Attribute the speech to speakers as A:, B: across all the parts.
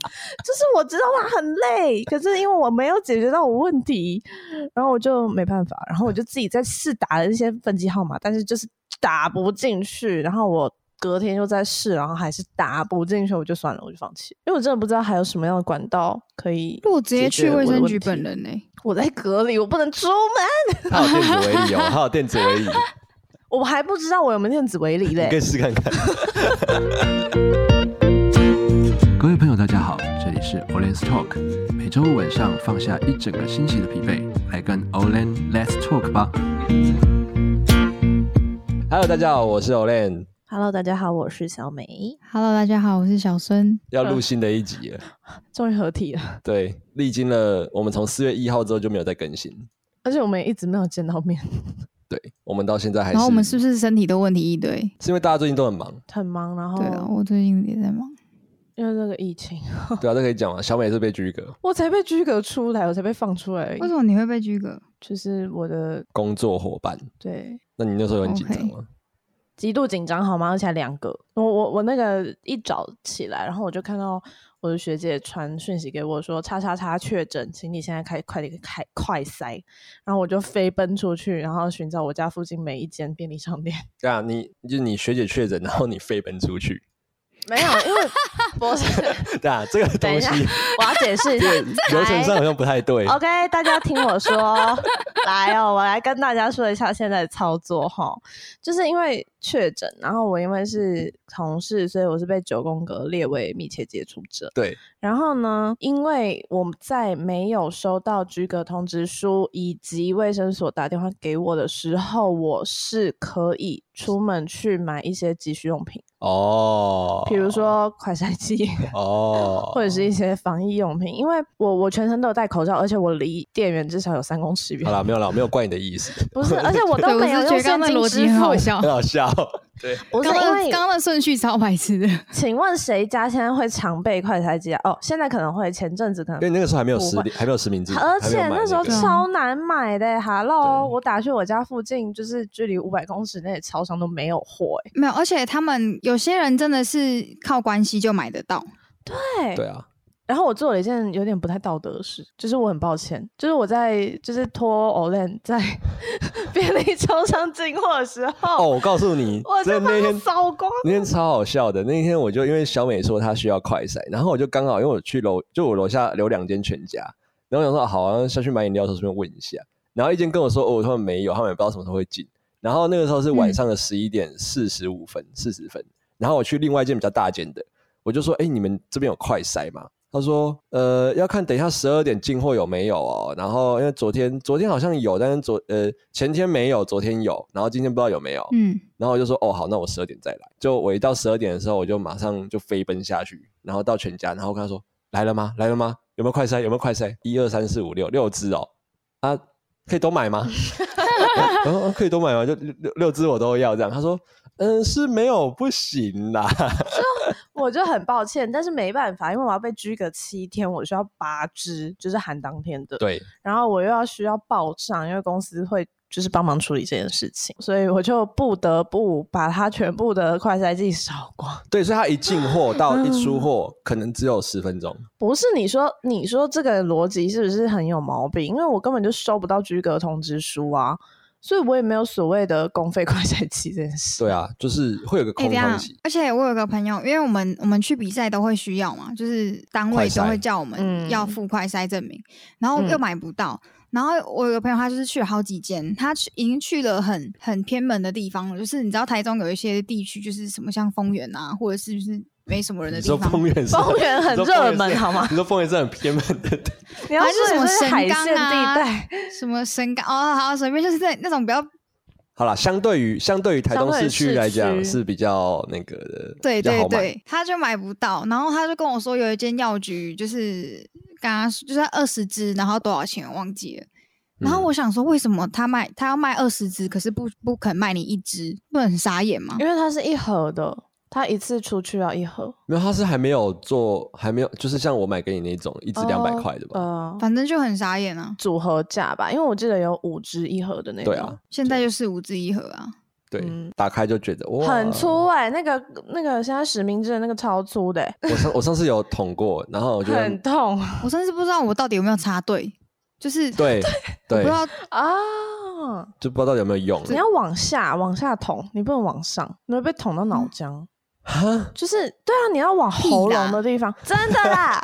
A: 就是我知道他很累，可是因为我没有解决到我问题，然后我就没办法，然后我就自己在试打了一些分机号码，但是就是打不进去，然后我隔天又在试，然后还是打不进去，我就算了，我就放弃，因为我真的不知道还有什么样的管道可以。
B: 我直接去卫生局本
A: 人。
B: 人呢、
A: 我在隔离，我不能出门，
C: 他有电子围 篱哦，他有电子围篱，
A: 我还不知道我有没有电子围篱
C: 你可
A: 嘞
C: 以。试看看。
D: 各位朋友，大家好，这里是 Olen's Talk，每周五晚上放下一整个星期的疲惫，来跟 Olen Let's Talk 吧。
C: Hello，大家好，我是 Olen，
A: Hello，大家好，我是小美，
B: Hello，大家好，我是小孙。
C: 要录新的一集
B: 嗯
C: 了。
A: 终于合体了，
C: 对，历经了我们从四月一号之后就没有再更新，
A: 而且我们也一直没有见到面，
C: 对我们到现在还是。
B: 然后我们是不是身体的问题一堆？
C: 是因为大家最近都很忙，
A: 很忙，然后
B: 对啊，我最近也在忙。
A: 因为这个疫情，
B: 哦
C: 对啊，这可以讲啊。小美也是被拘格，
A: 我才被拘隔出来，我才被放出来而已
B: 为。什么你会被拘格？
A: 就是我的
C: 工作伙伴。
A: 对
C: 那你那时候有很紧张吗？
A: 极度紧张好吗？而且还两个，我我我那个一早起来，然后我就看到我的学姐传讯息给我说，叉叉叉确诊，请你现在开快点开快塞，然后我就飞奔出去，然后寻找我家附近每一间便利商店。
C: 对啊，你就是你学姐确诊，然后你飞奔出去。
A: 没有，因为 不是，
C: 对啊，这个
A: 等一
C: 东
A: 下，
C: 西
A: 哦我要解释一下
C: 流程上好像不 太对。
A: OK，大家听我 说，来哦，我来跟大家说一下现在的操作哈，就是因为确诊，然后我因为是同事，所以我是被九宫格列为密切接触者。
C: 对，
A: 然后呢，因为我们在没有收到居格通知书以及卫生所打电话给我的时候，我是可以出门去买一些急需用品，
C: 哦，
A: 比如说快筛机。
C: 哦，
A: 或者是一些防疫用品，因为我我全程都有戴口罩，而且我离店员至少有三公尺远
C: 好。啦，没有啦，我没有怪你的意思，
A: 不是，而且我
B: 对，
A: 都
B: 我
A: 没有
B: 是觉
A: 用现
B: 得刚刚的
A: 金
B: 逻
A: 支
B: 辑很好
A: 付。
B: 笑。
C: 很好笑。对，
A: 不是
B: 刚
A: 因
B: 刚
A: 为
B: 刚，刚的顺序超白痴的，
A: 请问谁家现在会常备快餐机啊？哦，现在可能会，前阵子可能
C: 因为你那个时候还没有
A: 不
C: 实
A: 会
C: 体，还没有实名制，
A: 而
C: 还没有
A: 且
C: 买
A: 那时候
C: 个
B: 对啊
A: 超难买的、哈喽，
C: 对
A: 我打去我家附近，就是距离五百公尺内的超商都没有货、欸，
B: 没有，而且他们有些人真的是靠关系就买得到，
A: 对
C: 对啊，
A: 然后我做了一件有点不太道德的事，就是我很抱歉，就是我在就是托 Olen 在 便利超商进货的时
C: 哦，
A: 候，
C: 我告诉你
A: 我，
C: 真
A: 就
C: 的
A: 把
C: 那
A: 它
C: 天
A: 扫光。
C: 那天超好笑的。那天我就因为小美说她需要快闪，然后我就刚好因为我去楼，就我楼下留两间全家，然后我想说好啊，下去买饮料的时候顺便问一下。然后一间跟我说哦，他们没有，他们也不知道什么时候会进。然后那个时候是
A: 嗯
C: 晚上的十一点四十五分、四十分。然后我去另外一间比较大间的，我就说哎，你们这边有快筛吗？他说：“呃，要看等一下十二点进货有没有哦。然后因为昨天昨天好像有，但是昨呃前天没有，昨天有，然后今天不知道有没有。
B: 嗯，
C: 然后我就说哦好，那我十二点再来。就我一到十二点的时候，我就马上就飞奔下去，然后到全家，然后跟他说来了吗？来了吗？有没有快筛？有没有快筛？一二三四五六六只哦啊，可以都买吗？ 然后、啊可以都买吗？就六六六只我都要这样。他说嗯是没有不行啦，
A: 我就很抱歉，但是没办法，因为我要被拘个七天，我需要八支，就是含当天的。
C: 对，
A: 然后我又要需要报账，因为公司会就是帮忙处理这件事情，所以我就不得不把它全部的快筛剂扫光。
C: 对，所以他一进货到一
A: 嗯
C: 出货，可能只有十分钟。
A: 不是你说你说这个逻辑是不是很有毛病？因为我根本就收不到居格通知书啊，所以我也没有所谓的公费快 筛剂这件事。
C: 对啊，就是会有个
B: 哎、
C: 空
B: 这样
C: 窗期。，
B: 而且我有个朋友，因为我们我们去比赛都会需要嘛，就是单
C: 快
B: 位都
C: 筛
B: 会叫我们
A: 嗯
B: 要付快筛证明，然后又
A: 嗯
B: 买不到。然后我有个朋友，他就是去了好几间，他去已经去了很很偏门的地方了，就是你知道台中有一些地区，就是什么像丰原啊，或者是就是没什么人的
C: 你
B: 地
C: 说
B: 方，
C: 丰原是
A: 丰原很
C: 你说丰
A: 热
C: 是
A: 门好吗
C: 你说丰原是很偏门的地
A: 你要
B: 还是
A: 说
B: 什么
A: 你是
B: 神
A: 海
B: 冈
A: 线地
B: 啊
A: 带，
B: 什么神冈哦，好随便就是那那种比较
C: 好啦，相对于相对于台中市区来
A: 相对
C: 讲
A: 于市区
C: 是比较那个的，
B: 对
C: 比较
B: 对
C: 好买
B: 对，他就买不到，然后他就跟我说有一间药局，就是跟他说就是二十支，然后多少钱我忘记了。然后
C: 嗯
B: 我想说，为什么他卖他要卖二十支，可是不不肯卖你一支，不很傻眼吗？
A: 因为它是一盒的，它一次出去要一盒，
C: 没有，它是还没有做，还没有，就是像我买给你那种，一支两百块的吧。
A: 呃，
B: 反正就很傻眼啊！
A: 组合价吧，因为我记得有五支一盒的那种。
C: 对啊，
B: 现在就是五支一盒啊，
C: 对，
A: 嗯
C: 打开就觉得哇，哦
A: 很。粗哎、那个那个现在实名制的那个超粗的、欸，欸
C: 我上我上次有捅过，然后我 觉
A: 很
C: 得
A: 痛
B: 我甚至不知道我到底有没有插队，就是
C: 对
B: 我不
C: 对
B: 知， 道
A: 啊！
C: 就不知道有没有用。
A: 你要往下往下捅，你不能往上，你会被捅到
C: 嗯
A: 脑浆。
C: 哈，
A: 就是对啊，你要往喉
B: 屁啦
A: 咙的地 方，真的啦。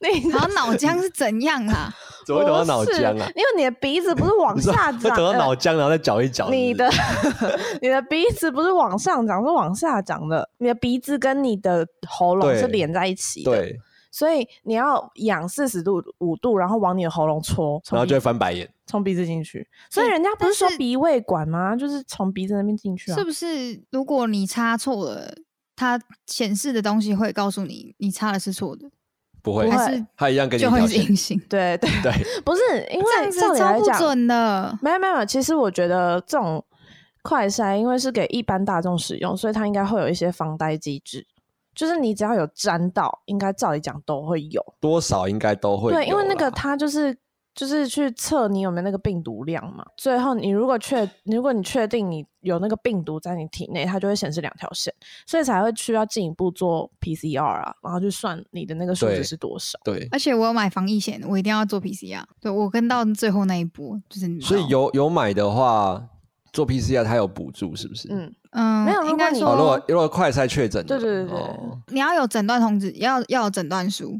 A: 你
B: 然后脑浆是怎样啊 啦？
C: 怎么会
A: 不
C: 捅到脑
A: 是
C: 浆啊？
A: 因为你的鼻子不是往
C: 你说
A: 下
C: 会
A: 长，
C: 捅到
A: 呃
C: 脑浆，然后再搅一搅。
A: 你
C: 是不是
A: 的 你的鼻子不是往上长，是往下长的。你的鼻子跟你的喉咙
C: 对
A: 是连在一起的，
C: 对，
A: 所以你要仰四十度五度，然后往你的喉咙戳，
C: 然
A: 从
C: 后
A: 鼻
C: 就会翻白眼。
A: 从鼻子进去。所以
B: 对
A: 人家不
B: 但
A: 是说
B: 是
A: 鼻胃管吗？就是从鼻子那边进去啊
B: 是。不是如果你插错了，它显示的东西会告诉你你插的是错的，
C: 不会，
B: 还是
C: 他一样跟你
B: 就会
C: 道
B: 是
C: 歉。
B: 隐形？
A: 对对，
C: 对，
A: 不啊是因
B: 这样
A: 为
B: 子
A: 照理
B: 超
A: 来
B: 不
A: 讲，
B: 准的。
A: 没有没有，没有其实我觉得这种快筛，因为是给一般大众使用，所以它应该会有一些防呆机制。就是你只要有沾到，应该照理讲都会有。
C: 多少应该都会有啦。
A: 对，因为那个它就是就是去测你有没有那个病毒量嘛。最后你如果确如果你确定你有那个病毒在你体内，它就会显示两条线，所以才会需要进一步做 PCR 啊，然后去算你的那个数
C: 对
A: 值是多少。
C: 对，
B: 而且我有买防疫险，我一定要做 PCR。对我跟到最后那一波，就是你知
C: 所以
B: 道
C: 有有买的话，做 PCR 它有补助，是不是？
A: 嗯，
B: 嗯，
A: 没有如
B: 应
A: 果
B: 该
A: 你
C: 哦，如
B: 说
C: 果如果快筛确诊了，
A: 对对对对
C: 哦
B: 你要有诊断通知，要要有诊断书，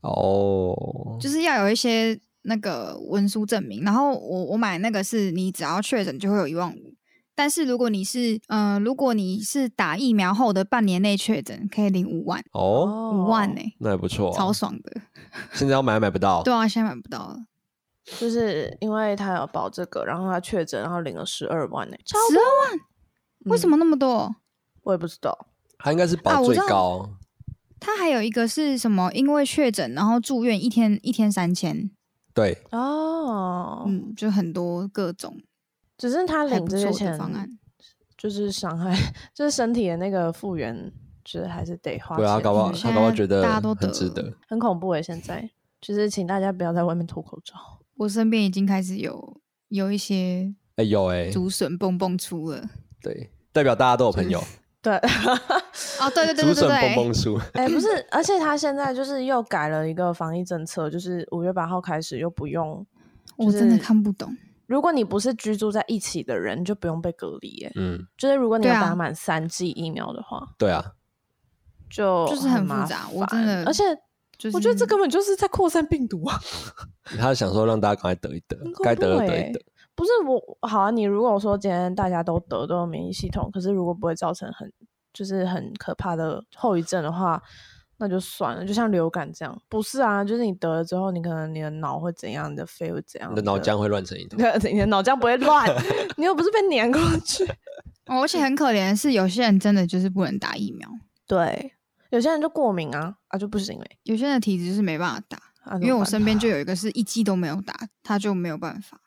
C: 哦，
B: 就是要有一些那个文书证明。然后我我买那个是你只要确诊就会有一万五，但是如果你是嗯、呃如果你是打疫苗后的半年内确诊，可以领五万，
C: 哦，
A: 哦
B: 五万欸呢、
C: 那也不错啊，
B: 超爽的。
C: 现在要买还买不到，
B: 对啊，现在买不到了，
A: 就是因为他有保这个，然后他确诊，然后领了十二万呢、欸超
B: 十二万，为什
A: 嗯
B: 么那么多？
A: 我也不知道。
C: 它应该是
B: 啊
C: 保
B: 我
C: 最
B: 知道
C: 高，
B: 它还有一个是什么？因为确诊然后住院一天一天三千，
C: 对，
A: 哦，
B: 嗯，就很多各种
A: 只是他
B: 还
A: 领
B: 不
A: 这些
B: 错
A: 钱
B: 的，方案。
A: 就是伤害， 就是身体的那个复原，就是还是得花
C: 对
A: 钱。
C: 啊，搞不好
B: 嗯
C: 他
B: 现
C: 搞不好
B: 在
C: 觉得
B: 大家都
C: 很值
B: 得
C: 得，
A: 很恐怖诶、欸现在就是请大家不要在外面脱口罩。
B: 我身边已经开始有有一些
C: 哎有哎，
B: 竹笋蹦蹦出了。
C: 对，代表大家都有朋友，
A: 对，
B: 哦，对对对
C: 竹
B: 对
C: 笋
B: 对
C: 蹦
B: 对，
C: 蹦出，
A: 哎、不是，而且他现在就是又改了一个防疫政策，就是五月八号开始又不用，
B: 我真的
A: 就是
B: 看不懂。
A: 如果你不是居住在一起的人，你就不用被隔离、耶。
C: 嗯，
A: 就是如果你有
B: 对啊
A: 打满三剂疫苗的话，
C: 对啊，
A: 就
B: 就是很
A: 很
B: 复
A: 麻
B: 杂我
A: 烦
B: 真的
A: 而且
B: 就是
A: 我觉得这根本就是在扩散病毒啊，
C: 他想说让大家赶快得一得
A: 很，恐
C: 该得
A: 怖
C: 的得
A: 欸
C: 一得，
A: 不是我好啊。你如果说今天大家都得都有免疫系统，可是如果不会造成很就是很可怕的后遗症的话，那就算了。就像流感这样，不是啊，就是你得了之后，你可能你的脑会怎样，你的肺会怎样，
C: 你的脑浆。会乱成一 团，
A: 对，你的脑浆不会乱， 你又不是被碾过去。
B: 哦，而且很可怜的是，有些人真的就是不能打疫苗，
A: 对，有些人就过敏啊，啊就不行嘞、
B: 有些人的体质就是没办法打。
A: 啊怎
B: 因为
A: 么
B: 我
A: 办
B: 身边就有一个是一剂都没有打，他就没有办法，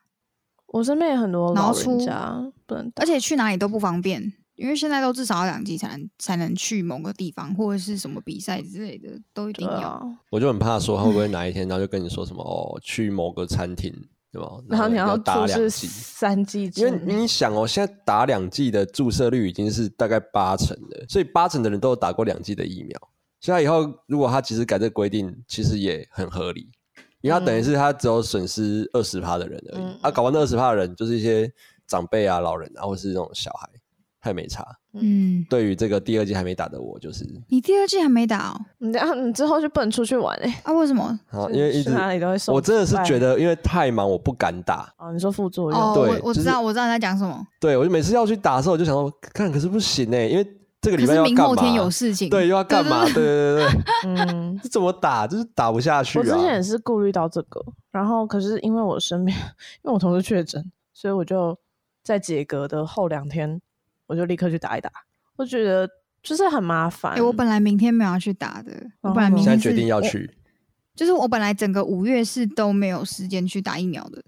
A: 我身边也很多
B: 然
A: 老
B: 后
A: 人
B: 出
A: 家不能打
B: 而，且去哪里都不方便，因为现在都至少要两剂才能才能去某个地方或者是什么比赛之类的，都一定
A: 对
B: 要。
A: 啊，
C: 我就很怕说他会不会哪一天，然后就跟你说什么哦，去某个餐厅，对吧？
A: 然后你
C: 要
A: 要
C: 打
A: 出
C: 两
A: 示
C: 剂，
A: 三剂
C: 因
A: 制，
C: 为你想哦，现在打两剂的注射率已经是大概八成了，所以八成的人都有打过两剂的疫苗。所以他以后如果他其实改这个规定，其实也很合理，因为他等于是他只有损失二十趴的人而已。
A: 嗯
C: 啊，搞完那二十趴的人就是一些长辈啊、老人啊，或是那种小孩，太没差。
B: 嗯，
C: 对于这个第二剂还没打的我，就是
B: 你第二剂还没打哦？
A: 你这样你之后就不能出去玩哎、
B: 啊，为什么？
C: 啊，因为一
A: 去
C: 直
A: 哪里都会受。
C: 我真的是觉得，因为太忙，我不敢打。
A: 哦，你说副作用，
B: 哦，
C: 对
B: 我我知
C: 就是
B: 道，我知道你在讲什么。
C: 对我就每次要去打的时候，我就想说，看可是不行哎、因为这个
B: 可
C: 礼拜
B: 是
C: 要
B: 明
C: 干
B: 后天有
C: 嘛？
B: 事情，
C: 对，又要干嘛？对对对对。
A: 嗯，
C: 这怎么打？就是打不下去
A: 我之
C: 啊！
A: 前也是顾虑到这个，然后可是因为我身边，因为我同事确诊，所以我就在解隔的后两天，我就立刻去打一打，我觉得就是很麻烦。
B: 哎、我本来明天没有要去打的，我
A: 然
B: 本来
A: 后呢
B: 明
C: 现在
B: 天
C: 决
B: 是
C: 定要
B: 我，
C: 去，
B: 就是我本来整个五月是都没有时间去打疫苗的，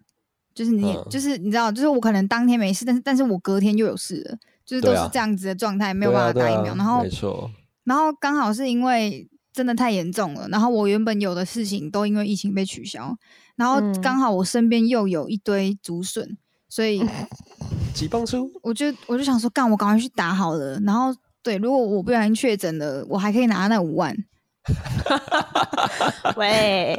B: 就是你，
C: 嗯
B: 就是你知道，就是我可能当天没事，但是但是我隔天又有事了，就是都
C: 对
B: 是
C: 啊
B: 这样子的状态，没有
C: 对
B: 办
C: 啊
B: 法打
C: 对
B: 疫
C: 啊
B: 苗。然后
C: 没错，
B: 然后刚好是因为真的太严重了，然后我原本有的事情都因为疫情被取消，然后
A: 嗯
B: 刚好我身边又有一堆竹笋，所以
C: 几磅出，
B: 我就我就想说，干，我赶快去打好了。然后对，如果我不小心确诊了，我还可以拿那五万。
A: 喂，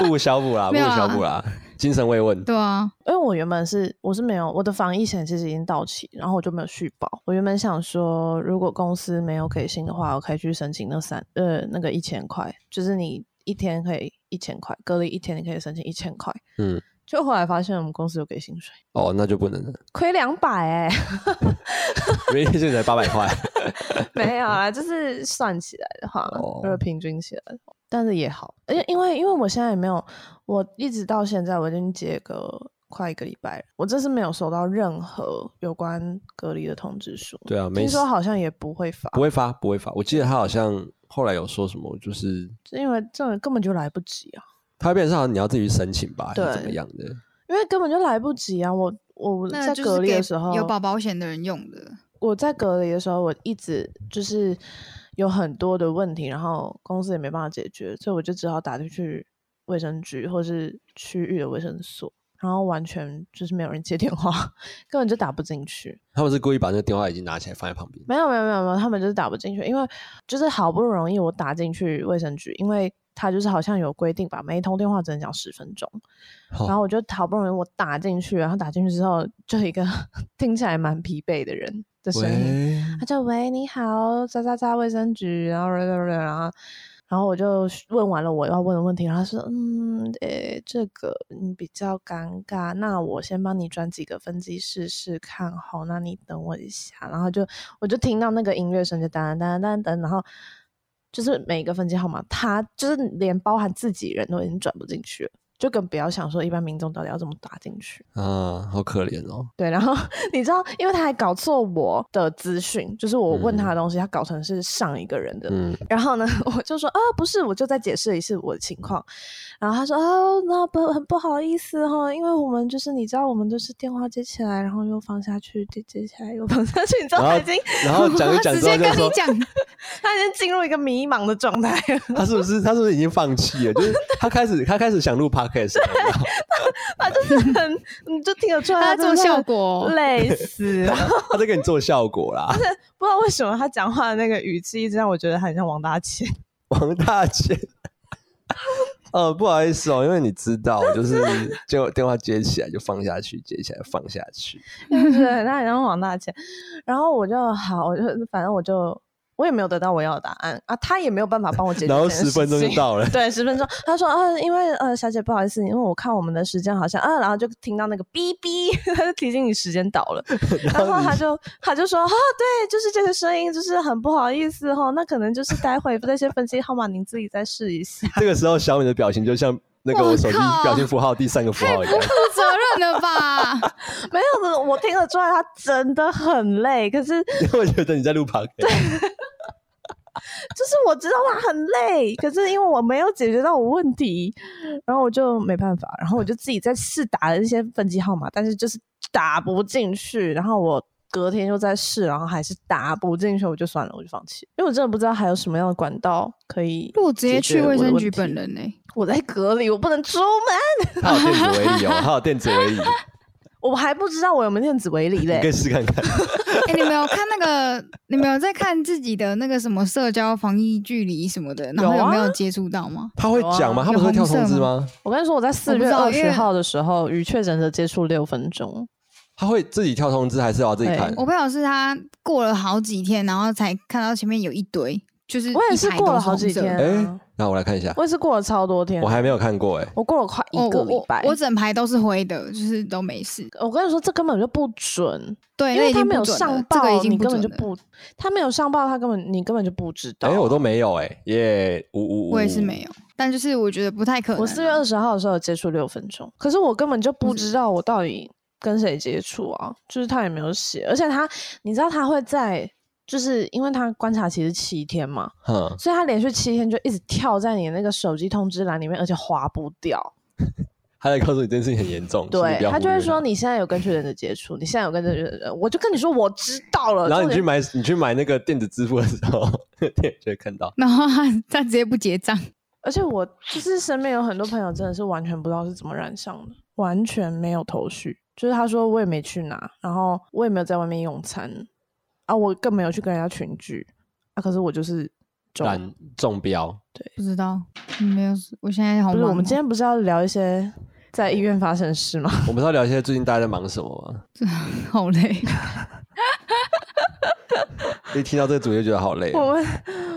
C: 不消 补啦，不
B: 没有啊
C: 消补啦，精神慰问。
B: 对啊，
A: 因为我原本是我是没有我的防疫险其实已经到期，然后我就没有续保。我原本想说，如果公司没有给薪的话，我可以去申请那三呃那个一千块，就是你一天可以一千块，隔离一天你可以申请一千块。
C: 嗯，
A: 就后来发现我们公司有给薪水，
C: 哦，那就不能了，
A: 亏两 百哎，
C: 因为现在才八百块。
A: 没有啊，就是算起来的话，
C: 哦
A: 就是平均起来的话，但是也好，而且因为因为我现在也没有，我一直到现在我已经结个快一个礼拜了，我这次没有收到任何有关隔离的通知书。
C: 对啊，没
A: 听
C: 事
A: 说好像也不会发，
C: 不会发，不会发。我记得他好像后来有说什么，就是
A: 是因为这根本就来不及啊，
C: 他变成是好像你要自己去申请吧，还
A: 对
C: 是怎么样的？
A: 因为根本就来不及啊！我我
B: 那
A: 在
B: 就
A: 隔
B: 是
A: 离
B: 给
A: 的时候，
B: 有保保险的人用的。
A: 我在隔离的时候，我一直就是有很多的问题，然后公司也没办法解决，所以我就只好打进去卫生局或是区域的卫生所，然后完全就是没有人接电话， 根本就打不进去。
C: 他们是故意把那个电话已经拿起来放在旁边。
A: 没有没有没有没有，他们就是打不进去，因为就是好不容易我打进去卫生局，因为他就是好像有规定吧，每一通电话只能讲十分钟，
C: 好
A: 然后我就好不容易我打进去，然后打进去之后，就一个 听起来蛮疲惫的人的声音。
C: 喂，
A: 他就喂你好，渣渣渣卫生局，然后然后然后我就问完了我要问的问题，然后他说嗯，诶，这个嗯比较尴尬，那我先帮你转几个分机试试看，好，那你等我一下，然后就我就听到那个音乐声就当当当当，然后。就是每个分机号码，他就是连包含自己人都已经转不进去了，就更不要想说一般民众到底要怎么打进去。
C: 啊，好可怜哦。
A: 对，然后 你知道，因为他还搞错我的资讯，就是我问他的东西，他搞成是上一个人的。
C: 嗯，
A: 然后呢， 我就说啊，不是，我就再解释一次我的情况。然后他说啊，那不很不好意思哈、因为我们就是你知道，我们就是电话接起来，然后又放下去，接接起来又放下去，你知道他
C: 然后
A: 已经
C: 然后讲一
B: 他
C: 讲
B: 直
C: 之后
B: 接
C: 就
B: 跟你
C: 说，
B: 讲，
A: 他已经进入一个迷茫的状态了。
C: 他是不是他是不是已经放弃了？就是他开 始他开始想录 podcast，了你知道 吗
A: 他就是很，你就听得出来
B: 他在
A: 真的
B: 做
A: 是
B: 效果 哦
A: 很累死了。
C: 他在给你做效果 啦。
A: 不知道为什么他讲话的那个语气一直让我觉得他很像王大千。
C: 王大姐， 呃，不好意思哦，因为你知道，就是就电话接起来就放下去，接起来放下去。
A: 就是 很大很像黄大千。然后我就好，我就反正我就我也没有得到我要的答案啊，他也没有办法帮我解决这 件
C: 然后
A: 事情。，
C: 十分钟就到了
A: 对，十分钟。他说啊，因为呃，小姐不好意思，因为我看我们的时间好像啊，然后就听到那个哔哔， 他就提醒你时间到了，然
C: 然
A: 后
C: 后
A: 他
C: 你
A: 就他就说啊，对，就是这个声音，就是很不好意思哦，那可能就是待会那些分析号码您自己再试一下。
C: 这个时候小米的表情就像那个我手机
B: 我靠
C: 表情符号第三个符 号一样。
B: 负责任了 吧？
A: 没有的，我听得出来他真的很累，可是
C: 因为我觉得你在录 podcast，
A: 就是我知道他很累，可是因为我没有解决到我问题，然后我就没办法，然后我就自己在试打了一些分机号码，但是就是打不进去，然后我隔天又在试，然后还是打不进去，我就算了，我就放弃，因为我真的不知道还有什么样的管道可以。
B: 如果直接去卫生局本
A: 人，
B: 人呢、
A: 我在隔离，我不能出门，
C: 他有电子围篱哦， 他有电子围篱，
A: 我还不知道我有没有电子围篱
C: 你可以
A: 嘞。
C: 试看看。
B: 哎、你们有看那个？你们有在看自己的那个什么社交防疫距离什么的？然后
A: 有
B: 有
A: 啊
B: 没有接触到吗？
C: 他会讲吗？他们会跳通知吗？
A: 我跟你说，我在四
B: 我不知
A: 月
B: 道
A: 二
B: 因为
A: 十号的时候与确诊者接触六分钟，
C: 他会自己跳通知，还是要自己看？
B: 我朋友是他过了好几天，然后才看到前面有一堆，就是
A: 我也
B: 一
A: 是
B: 排
A: 过
B: 都
A: 了
B: 是
A: 好
B: 红
A: 几
B: 色的
A: 天
C: 哎
A: 啊，
C: 那我来看一下，
A: 我也是过了超多天，
C: 我还没有看过哎。
A: 我过了快
B: 哦
A: 一个礼拜。
B: 我我我整排都是灰的，就是都没事。
A: 我跟你说，这根本就不准，
B: 对，
A: 因
B: 那
A: 为
B: 已经
A: 他
B: 不
A: 没有
B: 准了
A: 上
B: 这
A: 报，
B: 个已经
A: 你
B: 不
A: 根
B: 准
A: 本就
B: 了。
A: 不，他没有上报，他根本你根本就不知道。
C: 哎，我都没有哎，耶，五五五，
B: 我也是没有，但就是我觉得不太可能。
A: 哦
B: 啊
A: 我四月二十号的时候有接触六分钟，可是我根本就不
B: 嗯
A: 知道我到底跟谁接触啊，就是他也没有写，而且他，你知道他会在。就是因为他观察期是七天嘛，
C: 哼，
A: 所以他连续七天就一直跳在你的那个手机通知栏里面，而且划不掉。
C: 他在告诉你这件事情很严重，请你
A: 对
C: 不要
A: 他就
C: 忽
A: 会
C: 略它
A: 说你现在有跟确诊者接触，你现在有跟确诊者，我就跟你说我知道了。
C: 然后
A: 重
C: 你去
A: 点
C: 买，你去买那个电子支付的时候， 店就会看到。
B: 然后他他直接不结账，
A: 而且我就是身边有很多朋友真的是完全不知道是怎么染上的，完全没有头绪，就是他说我也没去拿，然后我也没有在外面用餐啊，我更没有去跟人家群聚啊，可是我就是中。
C: 染中标，
B: 不知道，没有，我现在好
A: 不是，
B: 忙哦。
A: 我们今天不是要聊一些在医院发生的事吗？
C: 我们是要聊一些最近大家在忙什么吗？
B: 好累，
C: 一听到这个主题就觉得好累哦。
A: 我们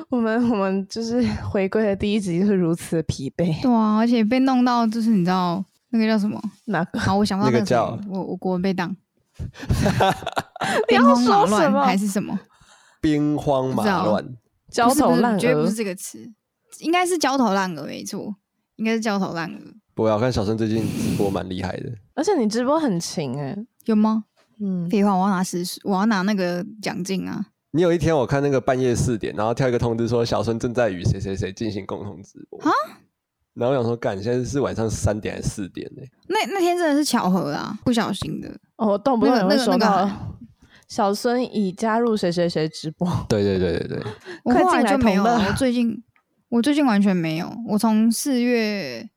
A: 我们我们就是回归的第一集就是如此的疲惫，
B: 对啊，而且被弄到就是你知道那个叫什么？
A: 哪个？
B: 好，我想到
C: 那个
B: 个
C: 叫
B: 谁我我国文被 当，
A: 你
B: 兵
A: 要
B: 荒
A: 说
B: 马
A: 什
B: 乱
A: 么
B: 还？是什么？
C: 兵荒
B: 不知
C: 马
B: 道
C: 乱，
A: 焦
B: 不是
A: 头
B: 不是
A: 烂
B: 绝对
A: 额
B: 不是。这个词，应该是焦头烂额，没错，应该是焦头烂额，
C: 不啊要看小生最近直播蛮厉害的，
A: 而且你直播很勤哎、
B: 有吗？
A: 嗯，
B: 废话，我要拿时，我要拿那个奖金啊！
C: 你有一天我看那个半夜四点，然后跳一个通知说小孙正在与谁谁谁进行共同直播
B: 啊，
C: 然后我想说，干，现在是晚上三点还是四点呢、
B: 那那天真的是巧合啊，不小心的。
A: 哦，我动不动
B: 那
A: 也
B: 个
A: 会
B: 那个
A: 收
B: 那个
A: 到
B: 还
A: 小孙已加入谁谁谁直播，
C: 对对对对对，
B: 我
A: 快
B: 后来
A: 进来
B: 就没有
A: 同乐
B: 了。 我最近我最近完全没有。我从四月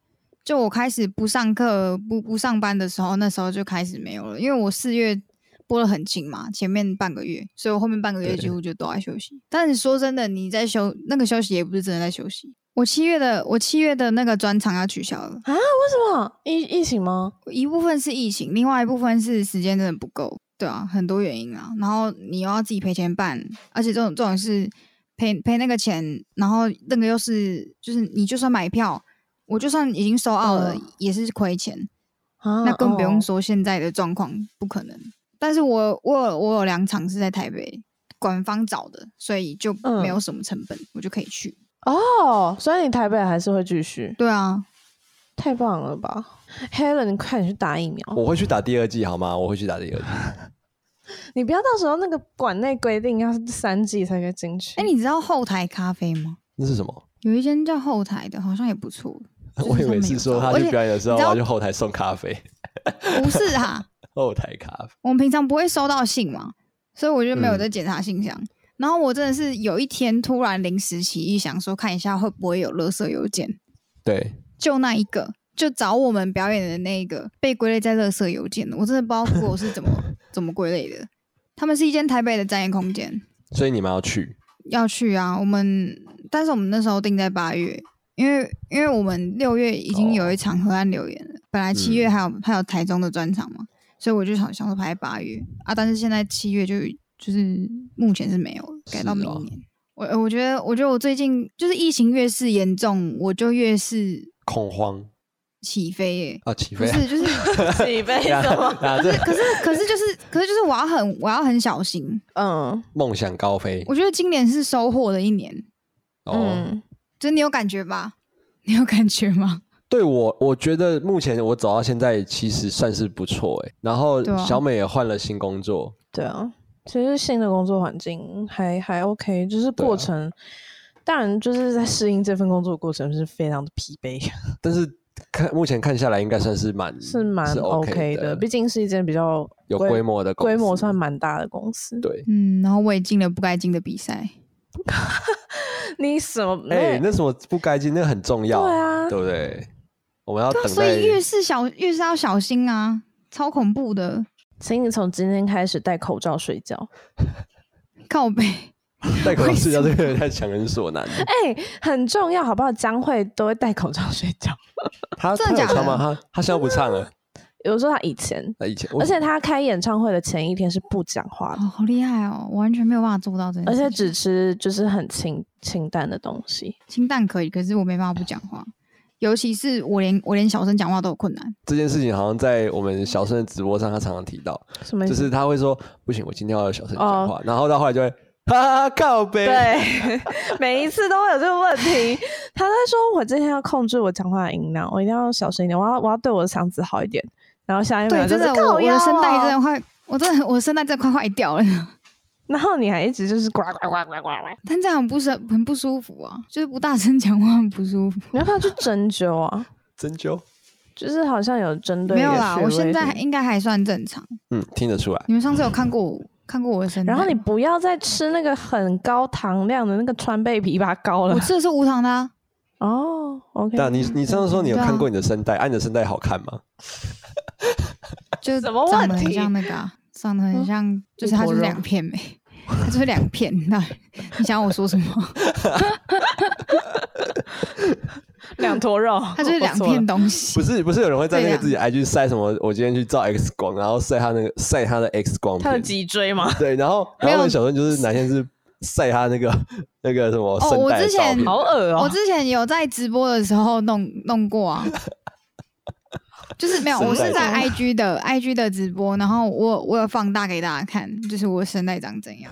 B: 就我开始不上课、不不上班的时候，那时候就开始没有了，因为我四月播的很勤嘛，前面半个月，所以我后面半个月
C: 对
B: 几乎就都在休息。但是说真的，你在休那个休息也不是真的在休息。我七月的我七月的那个专场要取消了，
A: 为什么疫疫情吗？
B: 一部分是疫情，另外一部分是时间真的不够，对啊，很多原因啊。然后你又要自己赔钱办，而且这种这种是赔赔那个钱，然后那个又是就是你就算买票，我就算已经收澳了，
A: 嗯
B: 也是亏钱。
A: 啊，
B: 那更不用
A: 哦
B: 说现在的状况不可能。但是我我有我有两场是在台北官方找的，所以就
A: 嗯
B: 没有什么成本，我就可以去。
A: 哦，所以你台北还是会继续，
B: 对啊，
A: 太棒了吧，Helen，你快点去打疫苗，
B: 哦
C: 我会去打第二季好吗？我会去打第二 季。
A: 你不要到时候那个馆内规定要三季才可以进去。
B: 哎、你知道后台咖啡吗？
C: 那是什么？
B: 有一间叫后台的，好像也不错。就是
C: 我以
B: 他
C: 为
B: 们
C: 是
B: 有
C: 说
B: 招
C: 他
B: 而
C: 去
B: 且
C: 表演的时候，
B: 你
C: 我
B: 知道
C: 要去后台送咖 啡，
B: 不是啊，
C: 后台咖啡。
B: 我们平常不会收到信嘛，所以我就没有在检查信箱。然后我真的是有一天突然临时起意，想说看一下会不会有垃圾邮件，
C: 对，
B: 就那一个，就找我们表演的那一个被归类在垃圾邮件的，我真的不知道 Google 是怎么 怎么归类的。他们是一间台北的展演空间，
C: 所以你们要去，
B: 要去啊，我们但是我们那时候定在八月，因为因为我们六月已经有一
C: 哦
B: 场河岸留言了，本来七
C: 嗯
B: 月还有、还有台中的专场嘛，所以我就想想说排八月啊，但是现在七月就就是目前是没有了，改到
C: 是
B: 明
C: 哦
B: 年。我我觉得我觉得我最近就是疫情越是严重，我就越是
C: 恐慌
B: 起飞耶、
C: 啊，起
B: 不
C: 飞。
B: 是就是
A: 几倍
C: 呀
A: 什 么？
C: 啊，这
B: 可是可是就是可是就是我要很我要很小心，
A: 嗯
C: 梦想高飞
B: 我觉得今年是收获的一年，
C: 哦。
A: 嗯，
B: 就是你有感觉吧？你有感觉吗？
C: 对我，我觉得目前我走到现在其实算是不错哎。然后
B: 对啊
C: 小美也换了新工作，
A: 对啊，其实新的工作环境还还 OK，就是
C: 对啊
A: 过程，当然就是在适应这份工作的过程是非常的疲惫，
C: 但是看目前看下来应该算是蛮
A: 是蛮
C: OK
A: 的，毕竟是一间比较
C: 有规模的公司
A: 规模算蛮大的公司。
C: 对。
B: 嗯，然后我也进了不该进的比赛，
A: 你什么没？
C: 哎，那什么不该进，那个很重要，
A: 对啊
C: 对不对？我们要
B: 对啊，
C: 等
B: 所
C: 待
B: 以越是小越是要小心啊，超恐怖的，
A: 请你从今天开始戴口罩睡觉。
B: 靠背。
C: 戴口罩睡觉，这个有点太强人所难了。
A: 哎、很重要，好不好？江蕙都会戴口罩睡觉。
C: 他
B: 真的
C: 他有
B: 假的
C: 唱吗？他他现在不唱了。
A: 有时候他以前，
C: 那以前，我
A: 而且他开演唱会的前一天是不讲话
B: 哦，
A: 的，
B: 好厉害哦！我完全没有办法做到
C: 嗯
B: 这件
A: 而
B: 事情，
A: 且只吃就是很清清淡的东西。
B: 清淡可以，可是我没办法不讲话，尤其是我连我连小声讲话都有困难。
C: 这件事情好像在我们小生的直播上，他常常提到，
A: 什么意
C: 就
A: 思？
C: 是他会说不行，我今天要小声讲
B: 哦
C: 话，然后到后来就会哈哈靠背，
A: 对， 每一次都会有这个问题。他在说我今天要控制我讲话的音量，我一定要小声一点，我要我要对我的嗓子好一点。然后下一秒
B: 对，啊
A: 就
B: 真
A: 是
B: 的，我
A: 靠
B: 我
A: 腰
B: 的声带真
A: 哦
B: 的快， 我真的我声带真的快坏掉了。
A: 然后你还一直就是呱 呱呱呱呱呱，
B: 但这样很不是很不舒服啊，就是不大声讲话很不舒服。
A: 你要不要去针灸啊？
C: 针灸，
A: 就是好像有针对
B: 没有
A: 一个
B: 啦，
A: 穴
B: 我
A: 位
B: 现在
A: 什
B: 还
A: 么
B: 应该还算正常。
C: 嗯，听得出来。
B: 你们上次有看过我看过我的声带
A: 然
B: 吗？
A: 后你不要再吃那个很高糖量的那个川贝枇杷膏了
B: 我。吃的是无糖的、啊，
A: 哦，OK，
C: 但你你上次说你有
B: 对啊
C: 看过你的声带，啊，你的声带好看吗？
B: 就
A: 什么
B: 长
A: 问
B: 得很
A: 题
B: 像那个、啊，长得很
A: 嗯
B: 像，就是它
A: 骨头
B: 就是
A: 肉
B: 两片没，它就是两片。那你想我说什么？
A: 两坨 肉，
B: 它就是两片东
A: 啊
B: 西
C: 不。是不是有人会在那
B: 对
C: 个
B: 啊
C: 自己 IG 晒什么？我今天去照 X 光，然后晒他那个晒他的 X 光
A: 他的
C: 片，
A: 脊椎吗？
C: 对，然后
B: 没有
C: 然后我想说就是哪天是晒他那个那个什么
B: 哦
C: 声
B: 我
C: 带的
B: 之
C: 照
B: 前
C: 片，
A: 好恶哦、
B: 我之前有在直播的时候弄弄 过啊，就是没有，
C: 声
B: 我
C: 带
B: 是在
C: 长
B: IG 的 IG 的直播，然后我我有放大给大家看，就是我的声带长怎样，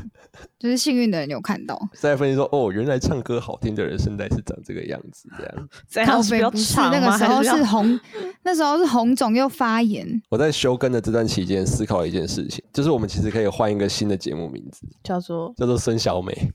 B: 就是幸运的人有看到。
C: 再分析说哦，原来唱歌好听的人声带是长这个样子，这样。
A: 怎
B: 靠
A: 样是比
B: 背
A: 较
B: 不是
A: 长
B: 那
A: 吗
B: 个时
A: 还
B: 候
A: 是比
B: 是
A: 较
B: 红，那时候是红肿又发炎，
C: 我在休更的这段期间思考了一件事情，就是我们其实可以换一个新的节目名字，
A: 叫做
C: 叫做孙小美。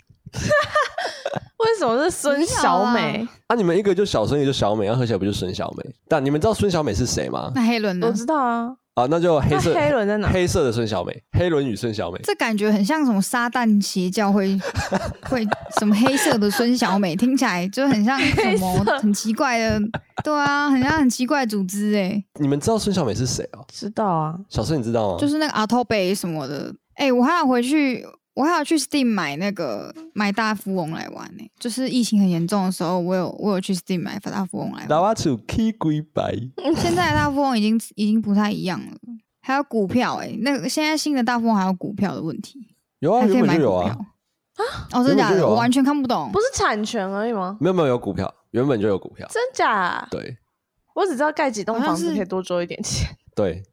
A: 为什么是孙小美？
B: 嗯
C: 啊，你们一个就小孙，一个就小美，然后合起来不就孙小美？但你们知道孙小美是谁吗？
B: 那黑轮呢
A: 我？知道啊，
C: 啊，那就黑
A: 那
C: 色
A: 黑轮在
B: 啊
A: 哪？
C: 黑色的孙小美，黑轮与孙小美。
B: 这感觉很像什么撒旦邪教会 会什么黑色的孙小美，听起来就很 像什么
A: 黑色
B: 很奇怪的，对啊，很像很奇怪的组织哎、
C: 你们知道孙小美是谁哦？
A: 知道啊，
C: 小孙你知道吗？
B: 就是那个阿托贝什么的。哎、我还要回去，我还要去 Steam 买那个买大富翁来玩呢、就是疫情很严重的时候，我有我有去 Steam 买大富翁来玩。嗯
C: 达瓦楚 K 龟白，
B: 现在的大富翁已经已经不太一样了，还有股票哎、那个现在新的大富翁还有股票的问题，
C: 有啊，
B: 还可以
C: 原本
B: 买
C: 就有
B: 股票
C: 啊，
B: 哦，真的假
C: 原本就
B: 的？
C: 有啊
B: 我完全看不懂
A: 不。是产权而已吗？
C: 没有没有有股票，原本就有股票。
A: 真假啊？
C: 对
A: 我只知道盖几栋
B: 好像
A: 房子
B: 是
A: 可以多收一点钱，
C: 对，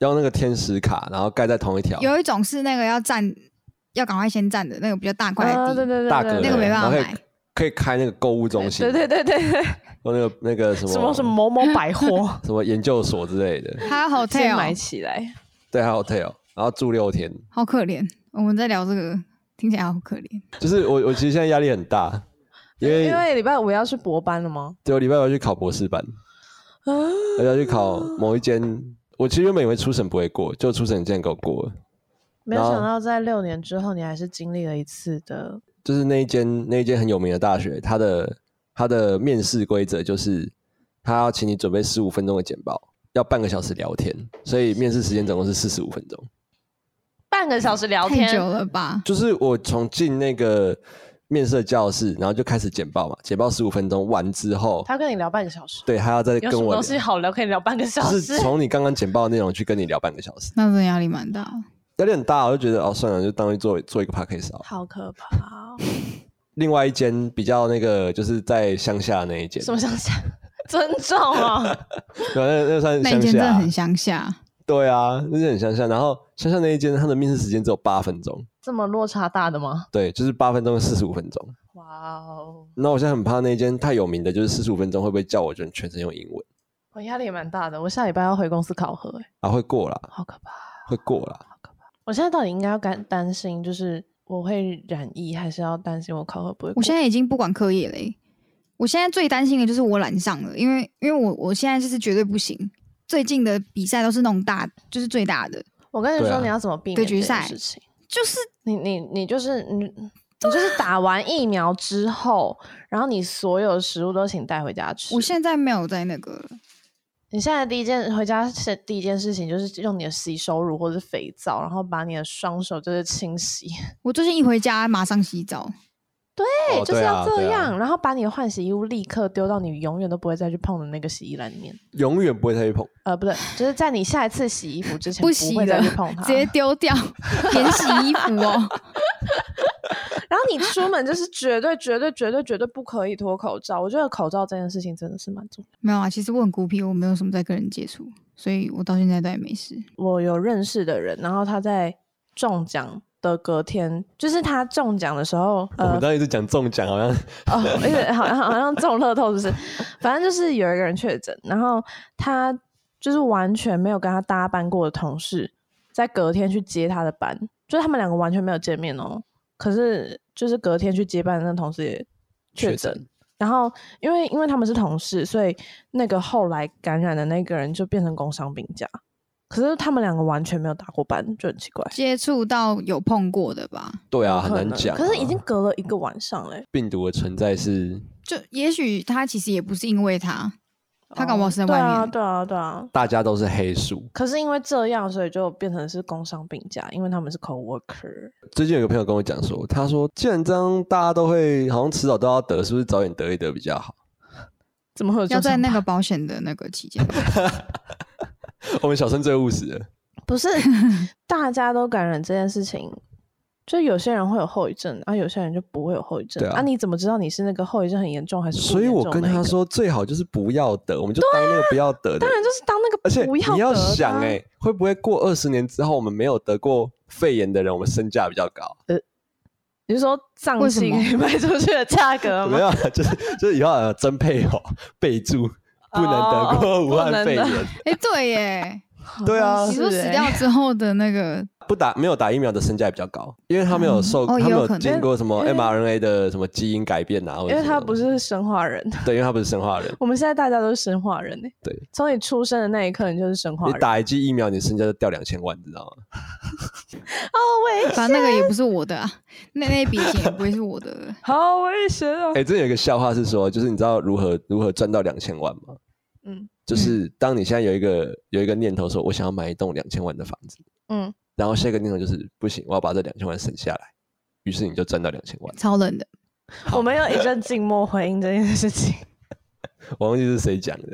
C: 用那个天使卡，然后盖在同一条
B: 有一种是那个要占，要赶快先占的那个比较大 块
A: 啊，
B: 的
A: 对
B: 地，
A: 对对
C: 大
A: 对
C: 格
A: 对
C: 的，
B: 那个没办法
C: 然后可以
B: 买
C: 可以开那个购物中心，
A: 对对对对对，
C: 或那个那个什么
A: 什么什么某某百 货
C: 什么研究所之类的，
B: 还有
A: 先买
B: hotel，
A: 起来，
C: 对，还有 hotel，然后住六天，
B: 好可怜。我们在聊这个，听起来好可怜。
C: 就是我我其实现在压力很大，因为
A: 因为礼拜五要去博班了吗？
C: 对我礼拜五要去考博士班，
A: 啊，
C: 我要去考某一间，我其实原本以为初审不会过，就初审竟然给我过了，
A: 没有
C: 然后
A: 想到在六年之后，你还是经历了一次的
C: 就是那一间那一间很有名的大学，它的它的面试规则就是，他要请你准备十五分钟的简报，要半个小时聊天，所以面试时间总共是四十五分钟。
A: 半个小时聊
B: 太
A: 天，
B: 久了吧？
C: 就是我从进那个面试的教室，然后就开始简报嘛，简报十五分钟完之后，
A: 他跟你聊半个小时，
C: 对他要再
A: 有什
C: 跟
A: 么
C: 我
A: 东西
C: 聊，
A: 好聊可以聊半个小
C: 就
A: 时
C: 是？从你刚刚简报的内容去跟你聊半个小时，
B: 那真的压力蛮大的。
C: 压力很大，我就觉得哦算了，就当去 做做一个 p a c k a g e
A: 好可怕、哦！
C: 另外一间比较那个就是在乡下那一间，
A: 什么想想？ 尊重啊！
C: 对啊， 那那算
B: 那一
C: 乡
B: 间真的
C: 下
B: 很，乡下，
C: 对啊，那间很乡下。然后乡下那一间，它的面试时间只有八分钟，
A: 这么落差大的吗？
C: 对，就是八分钟四十五分钟。
A: 哇哦，
C: 那我现在很怕那一间太有名的，就是四十五分钟会不会叫我就全程用英文
A: 我压力也蛮大的。我下礼拜要回公司考核、欸，
C: 啊？会过啦，
A: 好可怕！
C: 会过啦。
A: 我现在到底应该要担担心，就是我会染疫，还是要担心我考核不会过？
B: 我现在已经不管课业了欸、我现在最担心的就是我染上了，因为因为我我现在就是绝对不行。最近的比赛都是那种大，就是最大的，
A: 我跟你
C: 对啊
A: 说，你要怎么避
B: 对
A: 免
B: 决
A: 这
B: 赛
A: 件事情？
B: 就是
A: 你你你就是你，你就是打完疫苗之后，然后你所有的食物都请带回家吃。
B: 我现在没有在那个了，
A: 你现在第一件回家是第一件事情，就是用你的洗手乳或者是肥皂，然后把你的双手就是清洗，
B: 我最近一回家马上洗澡，
A: 对，
C: 哦
A: 就是
C: 对
A: 要
C: 啊
A: 这
C: 对啊
A: 样，然后把你的换洗衣物立刻丢到你永远都不会再去碰的那个洗衣篮里面，
C: 永远不会再去碰。
A: 呃，不对，就是在你下一次洗衣服之前
B: 不洗
A: 不会再
B: 了
A: 去碰它，
B: 直接丢 掉，免洗衣服哦。
A: 然后你出门就是绝对绝对绝对绝对不可以脱口罩，我觉得口罩这件事情真的是蛮重要的。
B: 没有啊，其实我很孤僻，我没有什么在跟人接触，所以我到现在都还没事。
A: 我有认识的人，然后他在中奖的隔天，就是他中奖的时候，
C: 我们
A: 呃，
C: 当时一直讲中奖，好像
A: 哦，而且好像好像中乐透，就是，反正就是有一个人确诊，然后他就是完全没有跟他搭班过的同事，在隔天去接他的班，就是他们两个完全没有见面哦。可是就是隔天去接班的那同事也确诊，然后因为因为他们是同事，所以那个后来感染的那个人就变成工伤病假。可是他们两个完全没有打过班，就很奇怪。
B: 接触到有碰过的吧，
C: 对啊，
A: 不
C: 很
A: 可
C: 难
A: 能
C: 讲啊、
A: 可是已经隔了欸一个晚上嘞、
C: 病毒的存在是
B: 就也许他其实也不是因为他，他搞不好是在
A: 对
B: 外
A: 啊，
B: 面。
A: 对啊，对啊。
C: 大家都是黑数。
A: 可是因为这样，所以就变成是工伤病假，因为他们是 co-worker。
C: 最近有个朋友跟我讲说，他说既然这样大家都会，好像迟早都要得，是不是早点得一得比较好？
A: 怎么会有
B: 要在那
A: 个
B: 个保险的那个期间，
C: 我们小生最务实了，
A: 不是 大家都感染这件事情？就有些人会有后遗症，啊，有些人就不会有后遗症。
C: 对啊
A: 你怎么知道你是那个后遗症很严重还是不
C: 所以
A: 严重
C: 我
A: 那一个？
C: 跟他说最好就是不要得，我们就当那个不要得的
A: 当。然就是当那个
C: 而且
A: 不
C: 你
A: 要
C: 要
A: 得的啊
C: 想、欸，会不会过二十年之后，我们没有得过肺炎的人，我们身价比较高？
A: 你是说脏
B: 为什
A: 器可
B: 么
A: 以卖出去的价格吗
C: 没？有啊，就是就是以后呃真配偶备注不能得过
A: 哦
C: 武汉
A: 不能
C: 肺
A: 得
C: 炎，
B: 哎、对耶，
C: 对
A: 好
C: 啊
A: 像
B: 你
A: 是
B: 说
A: 欸
B: 死掉之后的 那个，
C: 不打没有打疫苗的身价也比较高，因为他
A: 嗯
C: 没有受，
B: 哦
C: 他
B: 也
C: 没
B: 有
C: 有
B: 可能
C: 经过什么
A: 因为
C: mRNA 的什么基因改变啊，或者
A: 因为
C: 什
A: 他
C: 么
A: 不是生化人，
C: 对，因为他不是生化人，
A: 我们现在大家都是生化人呢、
C: 对，
A: 从你出生的那一刻，你就是生化
C: 你
A: 人。
C: 打一剂疫苗，你身价就掉两千万，你知道吗？
A: 好危，
B: 反正那个也不是我的啊，那那笔钱也不会是我的
A: 好危险哦！
C: 哎、这有一个笑话是说，就是你知道如何如何赚到两千万吗？
A: 嗯
C: 就是当你现在有一个有一个念头说，我想要买一栋两千万的房子，
A: 嗯，
C: 然后下一个念头就是不行，我要把这两千万省下来，于是你就赚到两千万。
B: 超冷的。
A: 我们有一阵静默回应这件事 情。
C: 我忘记是谁讲的，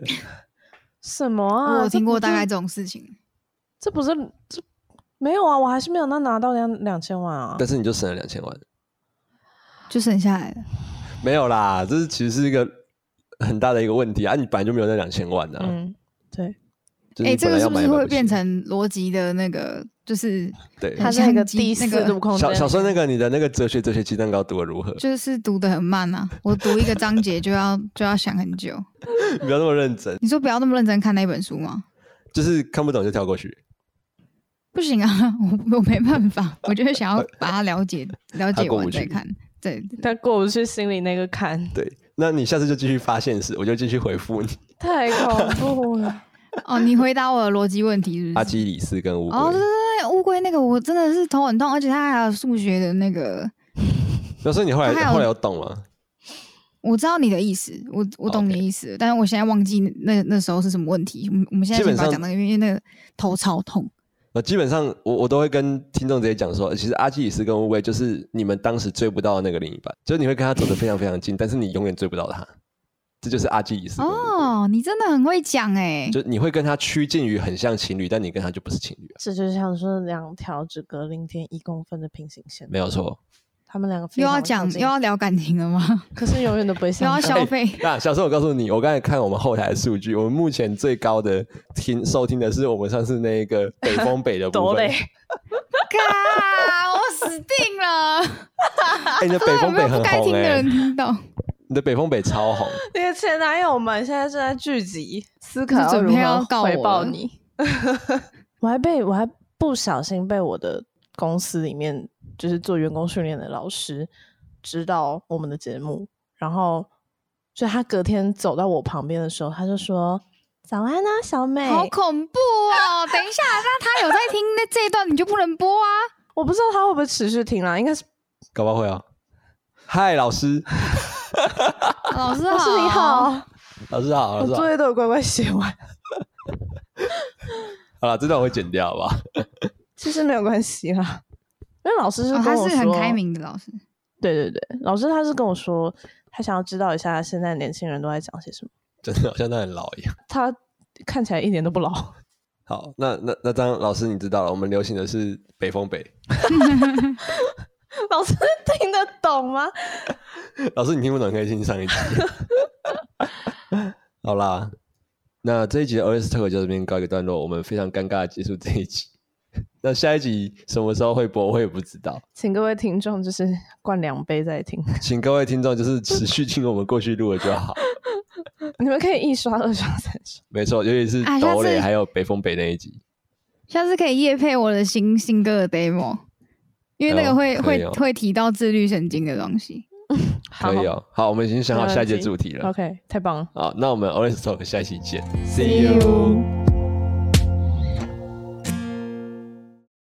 A: 什么 啊？
B: 我有
A: 这
B: 听
A: 不
B: 过
A: 是
B: 大概这种事情，
A: 这不是这没有啊？我还是没有那拿到两两千万啊
C: 但！是你就省了两千万，
B: 就省下来了。
C: 没有啦，这是其实是一个很大的一个问题啊！你本来就没有那两千万啊，
A: 嗯，对，
C: 就
B: 哎、
C: 是你
B: 这个
C: 本来
B: 是
C: 要
B: 不
C: 买
B: 是
C: 也买不
B: 会
C: 起
B: 变成逻辑的那个？就是
C: 对？
A: 它
B: 很
A: 是一个
B: 像鸡
A: 第
B: 那
A: 四
B: 个
A: 度空间
C: 小。小时候那 个你的那个哲学哲学鸡蛋糕读的 如何？
B: 就是读的很慢啊，我读一个章节就要就要想很久。
C: 你不要那么认真，
B: 你说不要那么认真看那本书吗？
C: 就是看不懂就跳过去。
B: 不行啊，我我没办法，我就是想要把它了解了
C: 他
B: 解
C: 过不
B: 完再
C: 去
B: 看。对，
A: 他过不去心里那个坎，
C: 对，那你下次就继续发现实，我就继续回复你。
A: 太恐怖了。
B: 哦，你回答我的逻辑问题是不是？
C: 阿基里斯跟乌龟，
B: 哦，对对对，乌龟那个我真的是头很痛，而且它还有数学的那个，
C: 那所以你后来
B: 他还有
C: 后来有懂吗？
B: 我知道你的意思，我我懂
C: 哦
B: 你的意思但是我现在忘记那那时候是什么问题。我们我们现在
C: 基本
B: 先不要
C: 上
B: 讲那个，因为那个头超痛。
C: 那基本上我我都会跟听众直接讲说，其实阿基里斯跟乌龟就是你们当时追不到的那个另一半，就是你会跟他走得非常非常近，但是你永远追不到他，这就是阿基里斯跟乌龟。
B: 哦，你真的很会讲哎、
C: 就你会跟他趋近于很像情侣，但你跟他就不是情侣了，
A: 这就像是两条只隔零点一公分的平行线，
C: 没有错。
A: 他们两个非
B: 又
A: 常地
B: 要
A: 靠
B: 讲又
A: 近
B: 要聊感情了吗？
A: 可是永远都不会
B: 又
A: 相
B: 要
A: 爱。
B: 消费？
C: 那小时候我告诉你，我刚才看我们后台的数据，我们目前最高的听收听的是我们上次那个北风北的部
A: 多
C: 分
A: 累。，
B: 嘎，我死定了！
C: 哎，你的
B: 不
C: 北
B: 知道有
C: 风
B: 没
C: 北
B: 有啊不
C: 很
B: 该听
C: 红
B: 的
C: 哎、
B: 人听到？
C: 你的北风北超红。
A: 你的前男友们现在正在聚集，思考
B: 就准
A: 如
B: 备要
A: 何
B: 告
A: 回
B: 我
A: 报
B: 了
A: 你。 我还被我还不小心被我的公司里面就是做员工训练的老师知道我们的节目，然后所以他隔天走到我旁边的时候，他就说：“早安啊，小美。
B: 好恐怖哦！等一下，那他有在听那这一段，你就不能播啊？”
A: 我不知道他会不会持续听啊啦，应该是
C: 搞不好会啊。嗨，老师，
B: 老师
A: 老师你好，，
C: 老师好，
A: 我
C: 老师好啊
A: 作。业都有乖乖写完，
C: 好了，这段我会剪掉，好不好？
A: 其实没有关系啦，因为老师是
B: 哦
A: 跟
B: 他
A: 我
B: 是很
A: 说
B: 开明的老师。
A: 对对对，老师他是跟我说，他想要知道一下现在年轻人都在讲些什么。
C: 真的好像他很老一样。
A: 他看起来一点都不老，
C: 好，那那那张老师你知道了，我们流行的是北风北。
A: 老师听得懂吗？
C: 老师你听不懂，可以听上一集。 好啦，那这一集的 OS Talk 就到这边告一个段落，我们非常尴尬的结束这一集。 那下一集什么时候会播，我也不知道。
A: 请各位听众就是灌两杯再听，
C: 请各位听众就是持续听我们过去录的就好。
A: 你们可以一刷、二刷、三刷。
C: 没错，尤其是
B: 啊下
C: 斗
B: 次
C: 磊还有北风北那一集。
B: 下次可以夜配我的新新歌的 demo，因为那
C: 哎呦
B: 个会、
C: 可以
B: 会
C: 哦
B: 会提到自律神经的东西。
A: 好
C: 可以哦。好，我们已经想好
A: 没问
C: 下一节
A: 题
C: 主题了。
A: ，OK，太棒了。
C: 好，那我们 Orange Talk 下一期见
B: See you